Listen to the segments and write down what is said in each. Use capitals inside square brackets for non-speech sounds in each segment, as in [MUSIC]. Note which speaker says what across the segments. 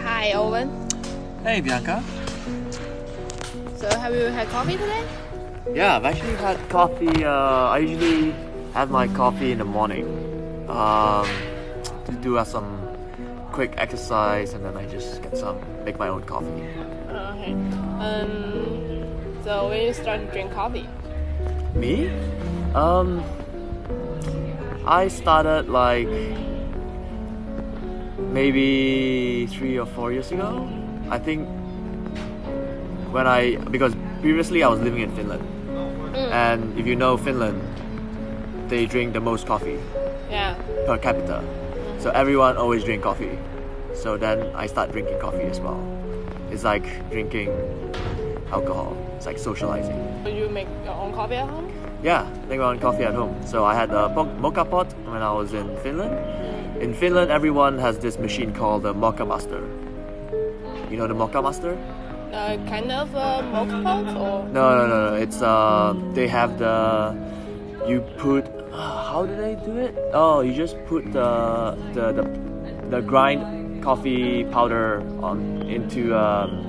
Speaker 1: Hi, Owen.
Speaker 2: Hey, Bianca.
Speaker 1: So, have you had coffee today?
Speaker 2: Yeah, I've actually had coffee. Uh, I usually have my coffee in the morning um, to do uh, some quick exercise, and then I just get some, make my own coffee.
Speaker 1: Uh, Okay. Um. So, when you start to drink coffee?
Speaker 2: Me? Um, I started like maybe three or four years ago. I think when I because previously I was living in Finland, and if you know Finland, they drink the most coffee
Speaker 1: Yeah.
Speaker 2: per capita. So everyone always drink coffee. So then I start drinking coffee as well. It's like drinking alcohol. It's like socializing.
Speaker 1: So you make your own coffee at home?
Speaker 2: Yeah, make my own coffee at home. So I had a po- mocha pot when I was in Finland. In Finland, everyone has this machine called the Mocha Master. You know the Mocha Master?
Speaker 1: Uh, kind of uh, mocha pot or?
Speaker 2: No, no, no, no. It's uh, they have the you put. [SIGHS] How do they do it? Oh, you just put the the the, the grind coffee powder on into um,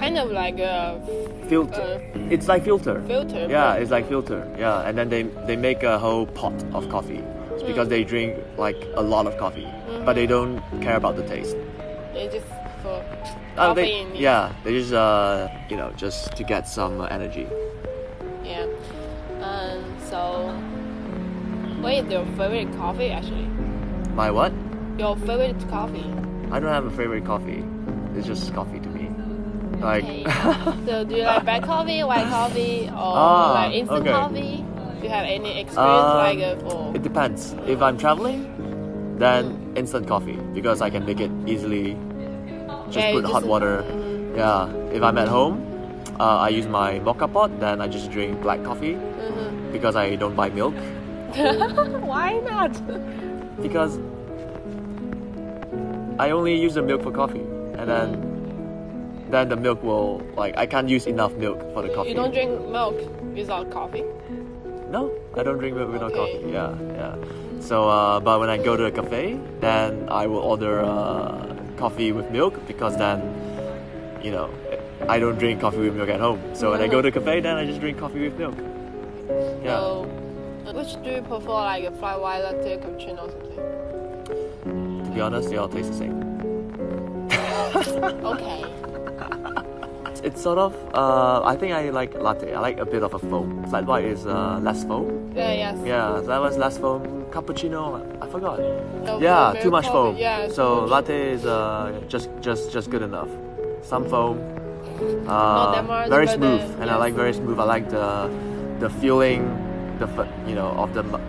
Speaker 1: Kind of like uh, a.
Speaker 2: filter. It's like filter.
Speaker 1: Uh, Filter,
Speaker 2: Yeah,
Speaker 1: but-
Speaker 2: it's like filter. Yeah, and then they they make a whole pot of coffee. It's
Speaker 1: Mm.
Speaker 2: because they drink like a lot of coffee, but they don't care about the taste.
Speaker 1: It's just for.
Speaker 2: Uh,
Speaker 1: coffee
Speaker 2: they,
Speaker 1: in it.
Speaker 2: yeah, they just uh, you know, just to get some uh, energy.
Speaker 1: Yeah. Um. So. What is your favorite coffee actually?
Speaker 2: My what?
Speaker 1: Your favorite coffee?
Speaker 2: I don't have a favorite coffee. It's just coffee to me. Like, [LAUGHS]
Speaker 1: Okay. so do you like black coffee, white coffee, or
Speaker 2: Ah,
Speaker 1: like instant
Speaker 2: okay.
Speaker 1: coffee? Do you have any experience
Speaker 2: Um,
Speaker 1: like uh, for?
Speaker 2: it depends. If I'm traveling, then instant coffee because I can make it easily. Just
Speaker 1: Yeah, you
Speaker 2: put hot
Speaker 1: just-
Speaker 2: water. Yeah. If I'm at home, uh, I use my mocha pot. Then I just drink black coffee
Speaker 1: Mhm.
Speaker 2: because I don't buy milk.
Speaker 1: [LAUGHS] Why not?
Speaker 2: Because I only use the milk for coffee, and then then the milk will like I can't use enough milk for the coffee.
Speaker 1: You don't drink milk without coffee.
Speaker 2: No, I don't drink milk without
Speaker 1: Okay.
Speaker 2: coffee. Yeah, yeah. So, uh, but when I go to a cafe, then I will order uh, coffee with milk because then, you know, I don't drink coffee with milk at home. So when I go to a cafe, then I just drink coffee with milk. Yeah.
Speaker 1: So, uh, which do you prefer, like a flat white latte, cappuccino, or something?
Speaker 2: To be honest, they all taste the same.
Speaker 1: Okay.
Speaker 2: It's sort of. Uh, I think I like latte. I like a bit of a foam. Flat white is uh, less foam.
Speaker 1: Yeah. Yes.
Speaker 2: Yeah, that was less foam. Cappuccino, I forgot.
Speaker 1: No,
Speaker 2: Yeah,
Speaker 1: no
Speaker 2: too much
Speaker 1: coffee.
Speaker 2: foam.
Speaker 1: Yeah.
Speaker 2: so
Speaker 1: too much.
Speaker 2: latte is uh, just just just good enough. Some foam. Uh,
Speaker 1: that much,
Speaker 2: very
Speaker 1: but, uh,
Speaker 2: smooth, and I
Speaker 1: yes.
Speaker 2: like very smooth. I like the the feeling, the f- you know of the m-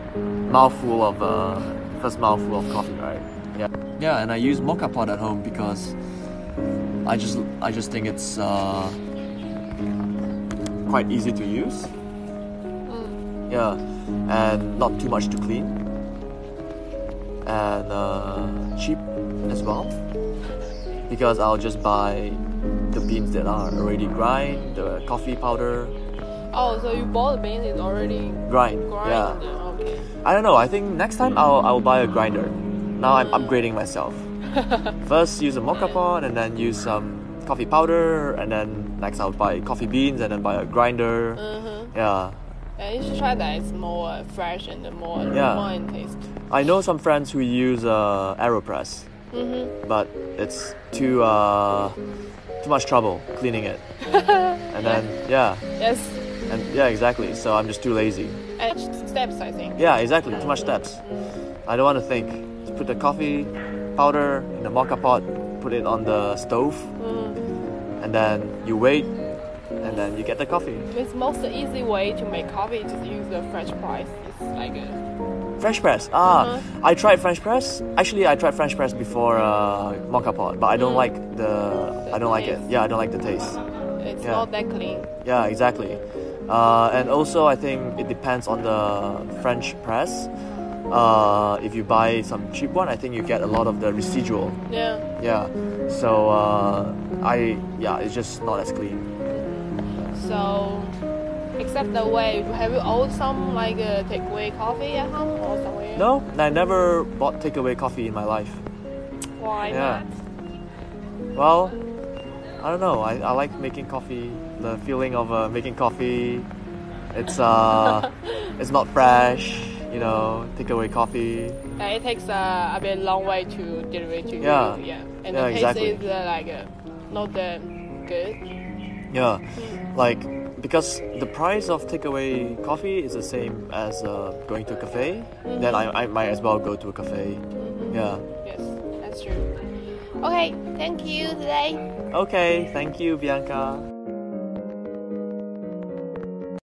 Speaker 2: mouthful of uh, first mouthful of coffee, right? Yeah. Yeah, and I use mocha pot at home because I just I just think it's uh, quite easy to use.
Speaker 1: Mm.
Speaker 2: Yeah, and not too much to clean, and uh, cheap as well because I'll just buy the beans that are already grind, the coffee powder,
Speaker 1: Oh, so you bought the beans is already
Speaker 2: grind.
Speaker 1: grind.
Speaker 2: Yeah.
Speaker 1: Okay.
Speaker 2: I don't know. I think next time I'll I'll buy a grinder. Now I'm upgrading myself. First use a mocha pot and then use some coffee powder and then next I'll buy coffee beans and then buy a grinder. Yeah.
Speaker 1: Yeah, you should try that. It's more uh, fresh and more
Speaker 2: Yeah.
Speaker 1: more in taste.
Speaker 2: I know some friends who use uh, Aeropress, but it's too uh, too much trouble cleaning it. and then yeah,
Speaker 1: Yes.
Speaker 2: and yeah, exactly. So I'm just too lazy.
Speaker 1: And steps, I think.
Speaker 2: Yeah, exactly. Too much steps. I don't want to think. Just put the coffee powder in the mocha pot, put it on the stove, and then you wait, and then you get the coffee.
Speaker 1: It's most easy way to make coffee. Just use the French press. It's like a
Speaker 2: French press. Ah, I tried French press. Actually, I tried French press before uh, mocha pot, but I don't like the. I don't like it.
Speaker 1: taste.
Speaker 2: Yeah, I don't like the taste.
Speaker 1: it's
Speaker 2: Yeah.
Speaker 1: not that clean.
Speaker 2: Yeah, exactly. Uh, and also, I think it depends on the French press. Uh, if you buy some cheap one, I think you get a lot of the residual
Speaker 1: Yeah.
Speaker 2: Yeah. So uh, I yeah, it's just not as clean.
Speaker 1: So, except the way, have you owned some like uh, takeaway coffee at home or somewhere?
Speaker 2: No, I never bought takeaway coffee in my life.
Speaker 1: Why
Speaker 2: Yeah.
Speaker 1: not?
Speaker 2: Well, I don't know. I, I like making coffee. The feeling of uh, making coffee. It's uh, it's not fresh. You know, takeaway coffee.
Speaker 1: Uh, it takes uh, a bit long way to deliver to
Speaker 2: Yeah.
Speaker 1: you. Yeah. And
Speaker 2: Yeah,
Speaker 1: the taste
Speaker 2: exactly.
Speaker 1: is uh, like uh, not that good.
Speaker 2: Yeah, like because the price of takeaway coffee is the same as uh, going to a cafe. Then I, I might as well go to a cafe. Yeah.
Speaker 1: Yes, that's true. Okay, thank you today.
Speaker 2: Okay. Thank you, Bianca.